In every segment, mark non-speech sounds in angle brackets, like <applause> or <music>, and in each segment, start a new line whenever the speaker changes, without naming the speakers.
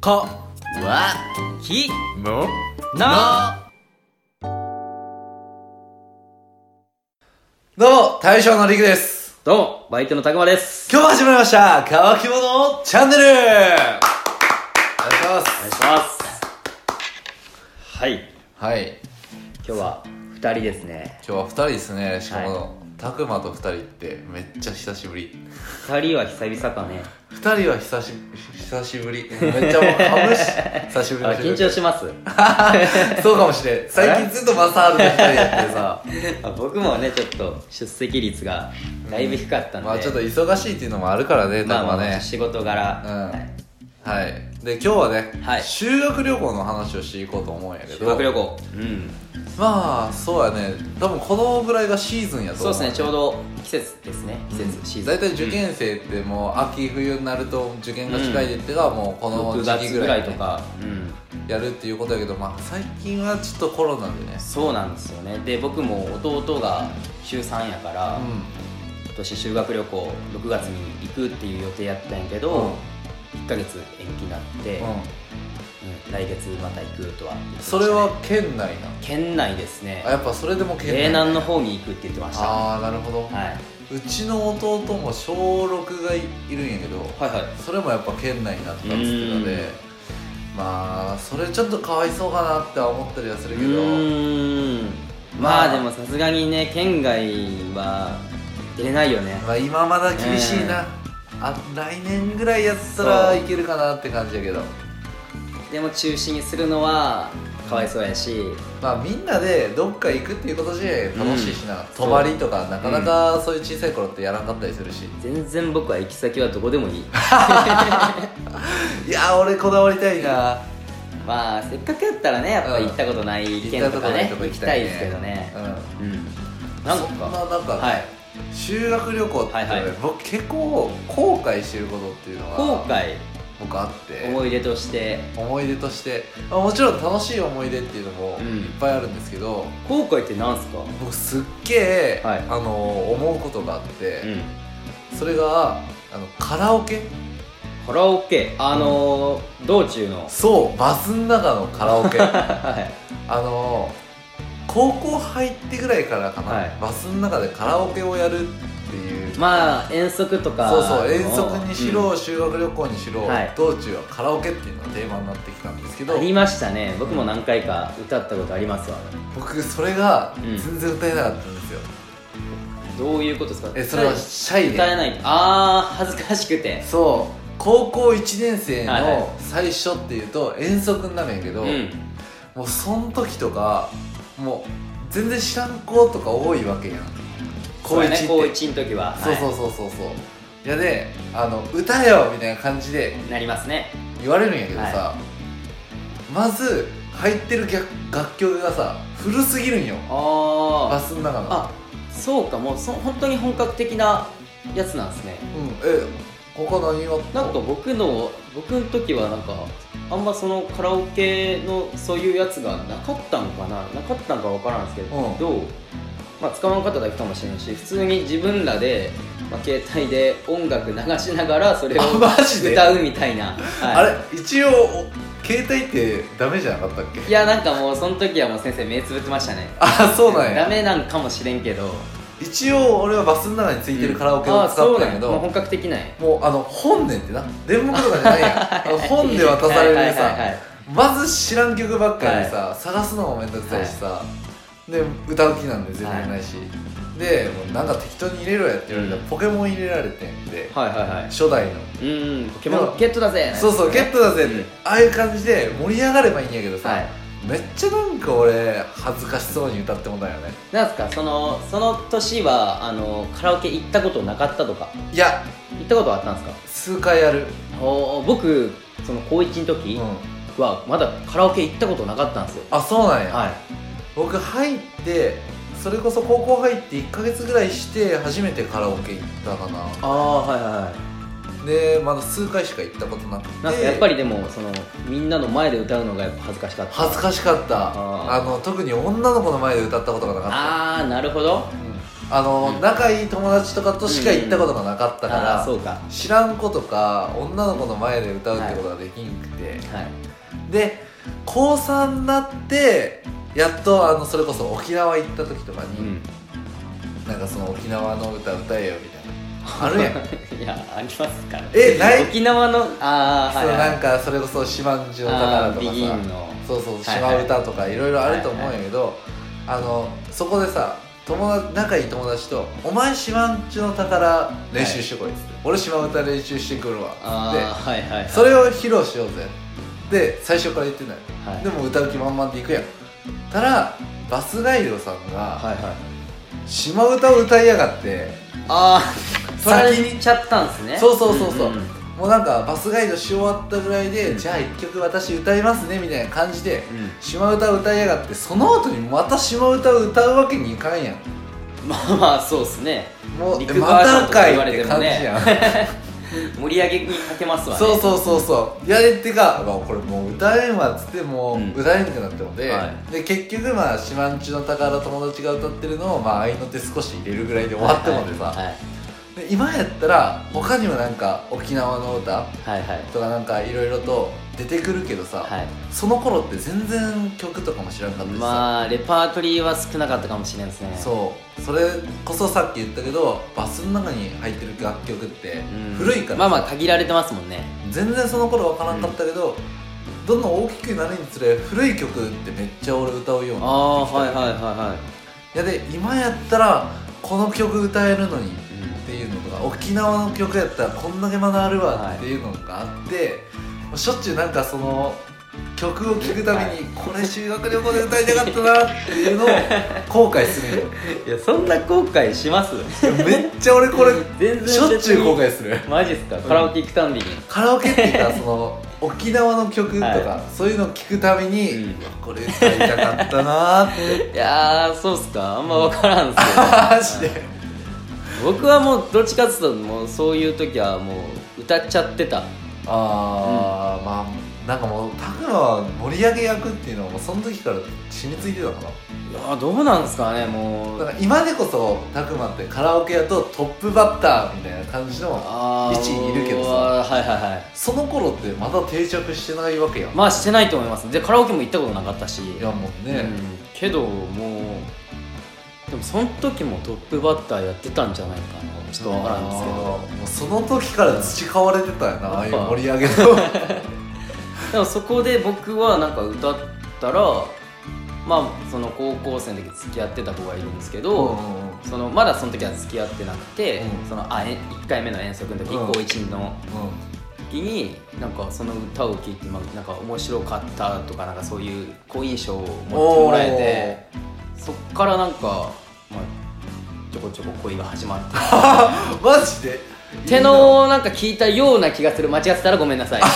か
わ
き
も
な
どうも大将のりくです
どうもバイトのたくまです
今日も始まりました乾き物チャンネルお願いします
お願いしますはい
はい
今日は二人ですね
今日は2人ですねしかも、
は
たくまと2人ってめっちゃ久しぶり
二人は久々か
<laughs>
ね
2人は久し久しぶりめっちゃもうかぶし <laughs> 久しぶり
あ
の
緊張します
そうかもしれん最近ずっとマサールの2人やって <laughs> さ
あ僕もねちょっと出席率がだいぶ低かったんで、
まあちょっと忙しいっていうのもあるからねたく
まあま
ま
あまあ
ね
仕事柄、
うん
はい
はいで今日はね、
はい
修学旅行の話をしていこうと思うんやけど
修学旅行うん
まあそうやね多分このぐらいがシーズンやと
そ
思
う
う
ですねちょうど季節ですね季節、シーズン
大体受験生ってもう秋冬になると受験が近いってがもうこの
6
時期
月
ぐ
ぐ
らい,、
らいとか、うん、
やるっていうことやけどまあ最近はちょっとコロナでね
そうなんですよねで僕も弟が週3やから、
う
今年修学旅行6月に行くっていう予定やったんやけど、
うん
1ヶ月延期になって、
ん、
うん
う
来月また行くとは言ってま
ん、
したね
それは県内な
県内ですね
あやっぱそれでも県内
嶺南の方に行くって言ってましたは
ああなるほど、
い、はいう
ちの弟も小6がいるんやけど
はい
それもやっぱ県内になったっつってたのでまあそれちょっとかわいそうかなっては思ったりはする
う
けど
ーんまあでもさすがにね県外は出れないよね
まあ今まだ厳しいな、
ね
あ来年ぐらいやったらいけるかなって感じやけど
でも中止にするのはかわいそうやし
まあみんなでどっか行くっていうこと自体楽しいしな、泊まりとかなかなかそういう小さい頃ってやらなかったりするし、
全然僕は行き先はどこで
<laughs>
もいい
いやー俺こだわりたいな
まあせっかくやったらねやっぱ行ったことない
行った
県とかね、
ことないとこ
行
行
き
き
た
た
い
いね
ですけどね
うん
うんなん
そん
か
ななんか、
はい
修学旅行って、ね
はいはい
僕結構後悔してることっていうの
後
が
悔
僕あって
思い出として
思い出として、まあもちろん楽しい思い出っていうのも
うん
いっぱいあるんですけど、
後悔ってなんすか
僕すっげえ、
はい
あの思うことがあって、
うん
それがあのカラオケ
カラオケあのー、道中の
そうバスの中のカラオ
<laughs>
ケあ
はい
の高校入ってぐらいからかな、
はい
バスの中でカラオケをやるっていう、
まあ遠足とか
そうそう遠足にしろ、
うん
修学旅行にしろ、
はい
道中はカラオケっていうのが定番になってきたんですけど
ありましたね僕も何回か歌ったことありますわ
僕それが
うん
全然歌えなかったんですよ、
どういうことですか
えそれはシャイ
歌え
で
ないああ恥ずかしくて
そう高校1年生
はいは
の最初っていうと遠足になるんやけど、
うん
もうその時とかもう全然知らん子とか多いわけやん
そうやね
高
高
一って
1の時は
そうそうそうそうそう、い、やであの歌えよみたいな感じで
はいなりますね
言われるんやけどさ、まず入ってる楽楽曲がさ古すぎるんよ
あ
バ
あ
スの中の
あそうかもうそ本当に本格的なやつなんですね
うんえ他何があった
なんか僕の僕の時はなんかあんまそのカラオケのそういうやつがなかったのかななかったのか分からんですけど、
うん
どうまあ使わんかっただけかもしれんし普通に自分らで、まあ、携帯で音楽流しながらそれを
あマジで
歌うみたいな、はい
あれ一応お携帯ってダメじゃなかったっけ
いやなんかもうその時はもう先生目つぶってましたね
あそうなん
ダ
や
メなんかもしれんけど
一応俺はバスの中についてるカラオケを
あ
使
そ
っ
う
たん
な
や
ん
けど、
やもう本格的なんや
もうあの本年ってな電目とかじゃない
<laughs>
やんあの本で渡される
はいはいはい
さ
はい
まず知らん曲ばっかりでさ、探すのもめんどくさいしさ、で歌う気なんで全然ないし、でもうなんか適当に入れろやって言われたら、
うん
ポケモン入れられてんで、
はいはいはい
初代の、
うんポケモンゲットだぜ
そうそうゲットだぜって、
うん
ああいう感じで盛り上がればいいんやけどさ、
はい
めっちゃなんか俺恥ずかしそうに歌ってもんだよね
なんすかそのその年はあのカラオケ行ったことなかったとか
いや
行ったことはあったんですか
数回やる、
おー僕その高1の
う
時
ん、
はまだカラオケ行ったことなかったんですよ、
あそうなんや、
はい
僕入ってそれこそ高校入って1ヶ月ぐらいして初めてカラオケ行ったかな
ああはいはいはい
でまだ数回しか行ったことなくて
なんかやっぱりでもそのみんなの前で歌うのがやっぱ恥ずかしかった
恥ずかしかった
あー
あの特に女の子の前で歌ったことがなかっ
ああなるほど
た、うんあの、
うん
仲いい友達とかとしか行ったことがなかったか
あー
ら、
そうか
知らん子とか女の子の前で歌うってことができんくて、
はい
で高3になってやっとあのそれこそ沖縄行った時とか
う
に、
ん
なんかその沖縄の歌歌えよみたいなあるやん
<laughs> いやありますから
えない
沖縄のああ
そ
は
う
い、はい、
なんかそれこそ島んじの宝
あー
とか
ビギン
さ
の
そうそう
はいはい
島歌とかいろいろあると思うんやけど、あのそこでさ友達仲いい友達と「お前島んちの宝練習してこい」っつって「俺島歌練習してくるわ」っつ
あ
っ
あはいはいは
て
い
それを披露しようぜで最初から言ってない
はいはい
でも歌う気満々で行くやんたらバスガイドさんが
はいはい
島歌を歌いやがって
ああそれ
先に
にちゃったんですね
そうそうそうそうん
んん
もうなんかバスガイドし終わったぐらいで、
うん
じゃあ1曲私歌いますねみたいな感じで
うん
島歌を歌いやがってその後にまた島歌を歌うわけにいかんやん
まあまあそうですね
もう
リ
え
ク
ま
バージョン
た
とか
かい
言わ
っ
れ
て
て
感
も
じ
ね
やん、
盛り上げにかけますわ
<laughs>
ね
そうそうそうそうやれってか、まあ、これもう歌えんわっつっても
うん
う歌えんってなってもで,、
は
で結局まあ島んちの宝友達が歌ってるのをまあ合いの手少し入れるぐらいで終わってもんでさ、
はい
で今やったら他にもなんか沖縄の歌
はいはい
とかなんかいろいろと出てくるけどさ、
はい、はい
その頃って全然曲とかも知らんかったしさ、
まあレパートリーは少なかったかもしれないですね
そうそれこそさっき言ったけどバスの中に入ってる楽曲って
うん
古いから、
まあまあ限られてますもんね
全然その頃わからんかったけど、どんどん大きくなるにつれ古い曲ってめっちゃ俺歌うように
あ
なっ
あ
てきた
はいはいはいはい
やで今やったらこの曲歌えるのにっていうのとか沖縄の曲やったらこんだけまだあるわっていうのがあって、もうしょっちゅうなんかその曲を聴くためにこれ修学旅行で歌いたかったなっていうのを後悔するよ
いやそんな後悔します
めっちゃ俺これ
<laughs> 全然
しょっちゅう後悔する
マジっすかカラオケ行くたんびに、
カラオケっていうかその沖縄の曲とか、
は
そういうのを聴くために、
うん
うわこれ歌いたかったなーって
いやーそうっすかあんま分からんっすけど
マ
<laughs>
ジで
僕はもうどっちかっつうともうそういう時はもう歌っちゃってた
あー、まあなんかもうタクは盛り上げ役っていうのはもうその時から染みついてたかない
やーどうなんすかねも
だ
う
から今でこそたくまってカラオケやとトップバッターみたいな感じの
あー
位置にいるけどさ
はいはいはい
その頃ってまだ定着してないわけやん、
まあしてないと思いますでカラオケも行ったことなかったし
いやもん
う
ね、
ん、けどもうでもその時もトップバッターやってたんじゃないかなちょっと分からんですけ
あ
ど
ーもうその時から培われてたよな、ああいう
やっぱ
盛り上げの <laughs>
でもそこで僕はなんか歌ったらまあその高校生の時付き合ってた子がいるんですけど、
う
そのまだその時は付き合ってなくて、
うん
そのあえ1回目の遠足の時、
うん
高1の
んうん
時になんかその歌を聴いて、まあ、なんか面白かったとかなんかそういう好印象を持ってもらえてそっからなんか、まあ、ちょこちょこ恋が始まって
おーマジ <laughs> で
手のなんか聞いたような気がする間違ってたらごめんなさ <laughs> い間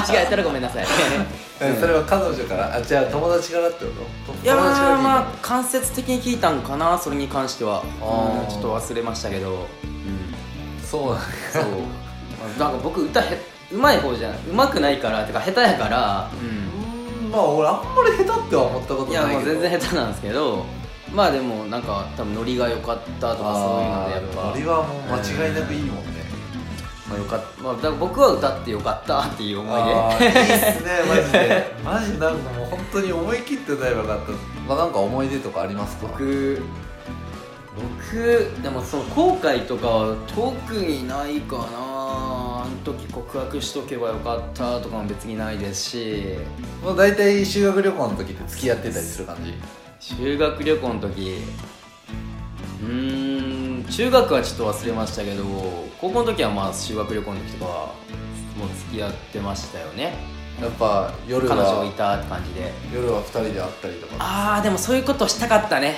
違えたらごめんなさい
えそれは彼女からあじゃあ友達からってこと
<laughs> いや
友達から聞
まあ
い
まあ間接的に聞いたんかなそれに関しては
あー
うんちょっと忘れましたけど、うん
たそうなんや
そうなんか僕歌へうまい方じゃないうまくないからてか下手やから、
うーんまあ俺あんまり下手っては思ったこと
い
ない
や
けど
もう全然下手なんですけどまあでもなんか多分ノリが良かったとかそういうの
あ
でやっ
ー
ぱ
ノリはもう間違いなくいいもんね、
まあ、よかっまあ、だから僕は歌ってよかったっていう思い
あ
で
ーいいっすねマジ
<laughs>
でマジなんかもう本当に思い切って歌えばよかったまあなんか思い出とかありますか
僕僕でもその後悔とかは特にないかなあの時告白しとけばよかったとかも別にないですし
もう大体修学旅行の時って付き合ってたりする感じ
修学旅行の時うーん中学はちょっと忘れましたけど高校の時はまあ修学旅行の時とかはもう付き合ってましたよね
やっぱ夜
彼女い
は
たって感じで
夜は二人で会ったりとか
ああでもそういうことしたかったね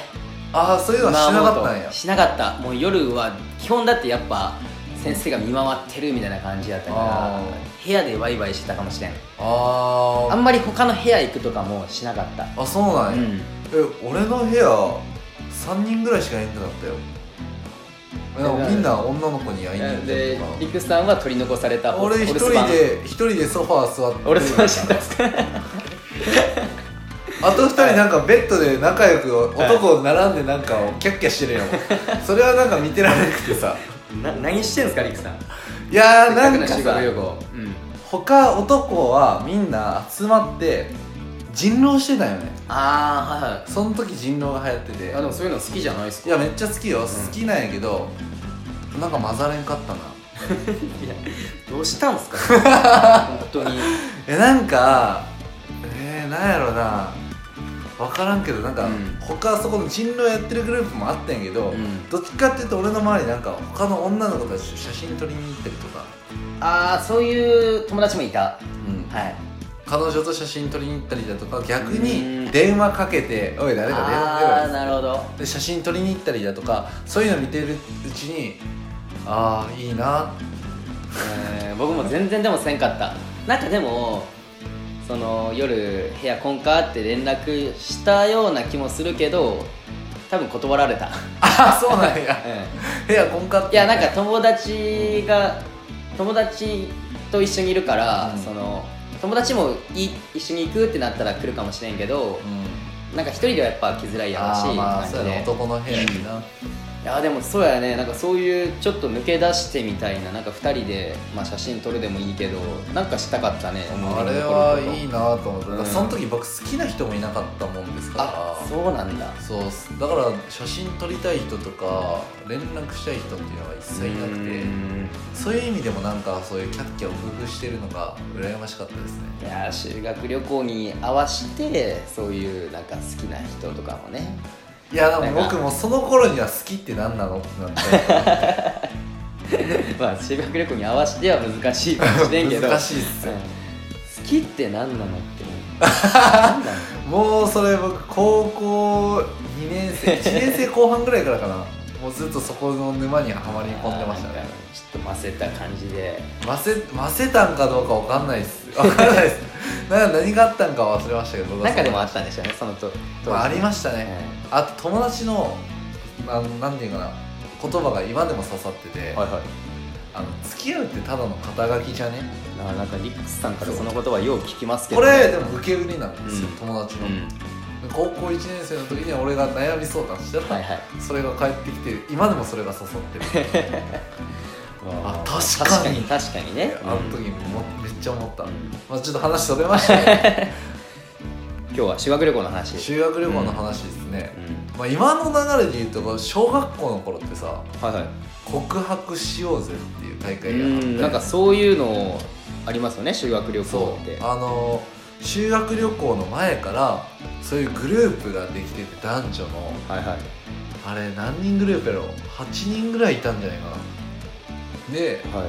ああーそういうのはしなかったん
まあも
や
うしなかったもう夜は基本だってやっぱ先生が見回ってるみたいな感じだったから
あ
部屋でワイワイしてたかもしれん
あ
あ
ー
んまり他の部屋行くとかもしなかった
あそうなんや、
うん
え俺の部屋3人ぐらいしかいなかったよでもみんな女の子に会いに行ったり
で
とか
リクさんは取り残された
俺一人で一人でソファー座って
俺そうしてたっすか
あと二人なんかベッドで仲良く男並んでなんかをキャッキャしてる
<laughs>
やんそれはなんか見てられなくてさ
な何してんすかリクさん
いやーなんか
せっ
さ
く修学旅行うん
他男はみんな集まって人狼してたよね
ああはいはい
その時人狼が流行ってて
あでもそういうの好きじゃないですか
いやめっちゃ好きよ、好きなんやけどなんか混ざれんかったない
やどうしたんすか本当に
えなんかえー、なんやろな分からんけどなんか、
うん
他そこの人狼やってるグループもあったんやけど、
うん
どっちかっていうと俺の周りなんか他の女の子たちと写真撮りに行ったりとか、
ああそういう友達もいた
うん
はい
彼女と写真撮りに行ったりだとか逆
うん
に電話かけて「おい誰か電話
ああ
出ろよ
なるほど」
で写真撮りに行ったりだとかそういうの見てるうちにああいいな <laughs>
えー僕も全然でもせんかった <laughs> なんかでもその夜部屋こんかって連絡したような気もするけど多分断られた、
ああそうなんや
<laughs> う
部屋こんかっ
ん、
た
いやなんか友達が友達と一緒にいるから、
うん
その友達もい一緒に行くってなったら来るかもしれんけど
うん
なんか一人ではやっぱ来づらいやろし
あーまあ
って
そうや
感じ
な
で
男の部屋にない
やでもそうやねなんかそういうちょっと抜け出してみたいななんか2人で、まあ、写真撮るでもいいけどなんかしたかったね
あれはいいなと思って、その時僕好きな人もいなかったもんですから
あそうなんだ
そうっすだから写真撮りたい人とか連絡したい人っていうのが一切いなくて
うん
そういう意味でもなんかそういうキャッキャを工夫してるのが羨ましかったですね
いやー修学旅行に合わせてそういうなんか好きな人とかもね
いやで
な
も
んか
僕もその頃には好きって何なのってなって
まあ修学旅行に合わせては難しいかもしれんけど
難しいっす
う
よ
ん好きって何なのってね何なの
もうそれ僕高校2年生1年
<laughs>
生後半ぐらいからかなもうずっとそこの沼にはまり込んでました
<laughs> あー
ね
なんかちょっとませた感じで
ませませたんかどうかわかんないっすわかんないっ
<laughs>
すなんか何があったんか忘れましたけど
なんかでもあったんでしょうねそのと
まあ、ありま
し
した
た
ね、あと友達のあのなんていうかな言葉が今でも刺さってて、
はいはい
あの付き合うってただの肩書きじゃね
ななんかリックスさんからその言葉よう聞きますけ
こ
ど、
れでも受け売りなんですよ、
うん
友達
う
の、
ん、
高校1年生の時に俺が悩み相談してた、
はいはい
それが返ってきて今でもそれが刺さってるあ確かに
確かに確かにね
あの時もめっちゃ思った、
うん
まあ、ちょっと話それましたけ
今日は修学旅行の話
ど <laughs> 修学旅行の話ですね、
うん
まあ、今の流れで言うと小学校の頃ってさ
はいはい
告白しようぜっていう大
う
会があって
んなんかそういうのありますよね修学旅行
そ
って
うあの修学旅行の前からそういうグループができてて男女の
はいはい
あれ何人グループやろ8人ぐらいいたんじゃないかなで
はい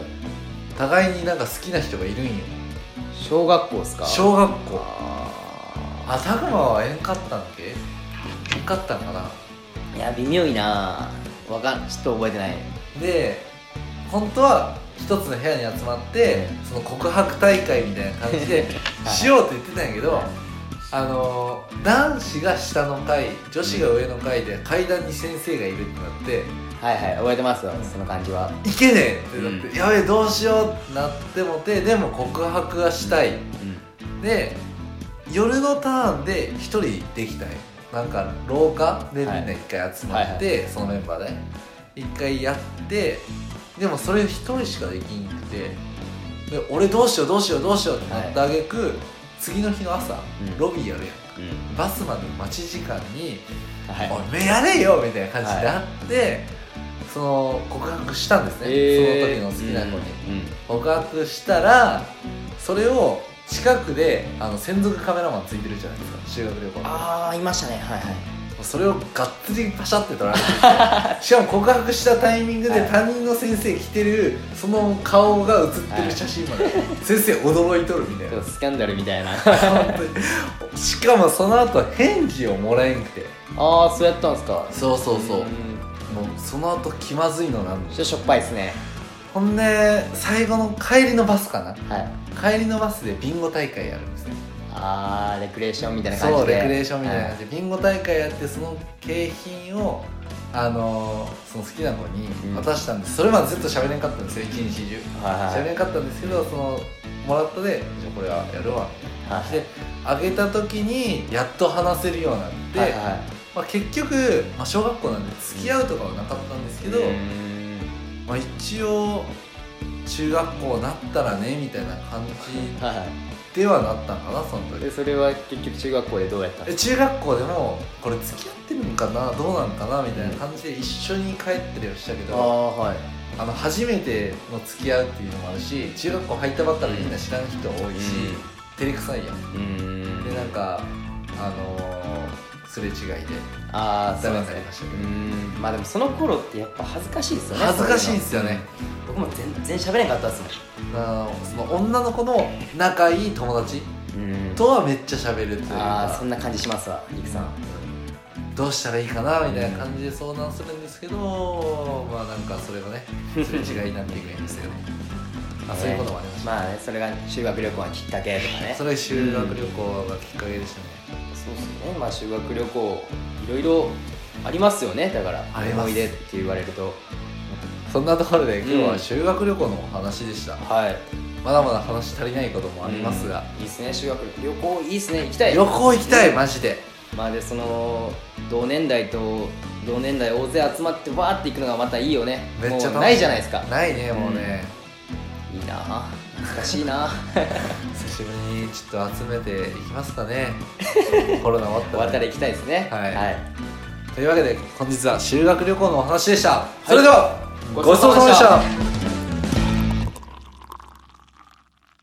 互いになんか好きな人がいるんよ
小学校ですか
小学校
あ
あたくまはえんかったんけえんかったんかな
ーいや微妙いなわかんちょっと覚えてない
で本当は一つの部屋に集まってその告白大会みたいな感じ <laughs> で
はい
しようって言ってたんやけど、あのー男子が下の階女子が上の階で階段に先生がいるってなって
はいはい覚えてますよその感じは
「いけねえ!」ってなって「
う
やべえどうしよう!」ってなってもてでも告白がしたい、
うん
で夜のターンで1人できたいなんか廊下でみん
はい
な一回集まって、
は
そのメンバーで一回やってでもそれ1人しかできんくてで俺どうしようどうしようどうしようってなったあげく次の日の朝、
うん
ロビーやるやん
うん
バスまでの待ち時間に「
はい
おい目やれよ!」みたいな感じになって、その告白したんですね、
えー
その時の好きな子に。
うんうん
告白したらそれを近くであの専属カメラマンついてるじゃないですか修学旅行の
ああいましたねはいはい
それをがっつりパシャって撮られて
<laughs>
てしかも告白したタイミングで
はい
担任の先生着てるその顔が写って
は
る
い
写真まで、先生驚いとるみたい
ちょ
な
っとスキャンダルみたいな
本当にしかもその後返事をもらえんくて
ああそうやったんすか
そうそうそう、も
ん
うその後気まずいのなん
ち
で
ょっとしょっぱいですね
ほんで最後の帰りのバスかな
はい
帰りのバスでビンゴ大会やるんですね
ああレクレーションみたいな感じで
そうレクレーションみたいな
は
感じで、ビンゴ大会やってその景品をあのーその好きな子に
うん
渡したんです、それまでずっと喋れんかったんですよ一日中
はい
喋
はい
れんかったんですけどそのもらったでじゃあこれはやるわ
はい
であげた時にやっと話せるようになって、
はいはい
まあ、結局、まあ、小学校なんで付き合うとかはなかったんですけど、
うん
まあ、一応中学校なったらねみたいな感
はいは
じではなったのかなその
い
時
でそれは結局中学校でどうやったんで
え
す
中学校でもこれ付き合ってるのかなどうなのかなみたいな感じで一緒に帰ったりはしたけ
か
ど
あはい
あの初めての付き合うっていうのもあるし中学校入ったばったらみんな知らん人多いし、照れくさいやん
うんうん
でなんかあのー、すれ違いで
ああそう
ダメにな
です
り
ね
ました
う
けど、
んまあでもその頃ってやっぱ恥ずかしいですよね
恥ずかしいんですよね
そういうの僕も全然喋れんかったっすも
あのその女の子の仲いい友達
んうん
とはめっちゃ喋るっていうか
ああそんな感じしますわリクさん
どうしたらいいかなみたいな感じで相談するんですけどまあなんかそれがねすれ違いになっていくん
<laughs>
ですけどあそういうこともありました、
まあねそれが修学旅行がきっかけとかね
それ修学旅行がきっかけでしたね、
そうですねまあ修学旅行いろいろありますよねだから
あります
思い出って言われると
そんなところで今日
う
は
ん
修学旅行のお話でした、
はい
まだまだ話足りないこともありますが、
うんいいですね修学旅行いいですね行きたい
旅行行きたいマジで
まあでその同年代と同年代大勢集まってわーって行くのがまたいいよね
めっちゃ楽しい
もうないじゃないですか
ないねもうね、
いいなあ懐かし
<laughs>
いな
久しぶりにちょっと集めていきますか
<laughs>
ねコロナ終わっ
終
たら
わったら行きたいですね
はい
はい
というわけで本日は修学旅行のお話でした、それでは
ご
ご
ち
ちそ
そう
う
さ
さ
ま
ま
で
で
し
したた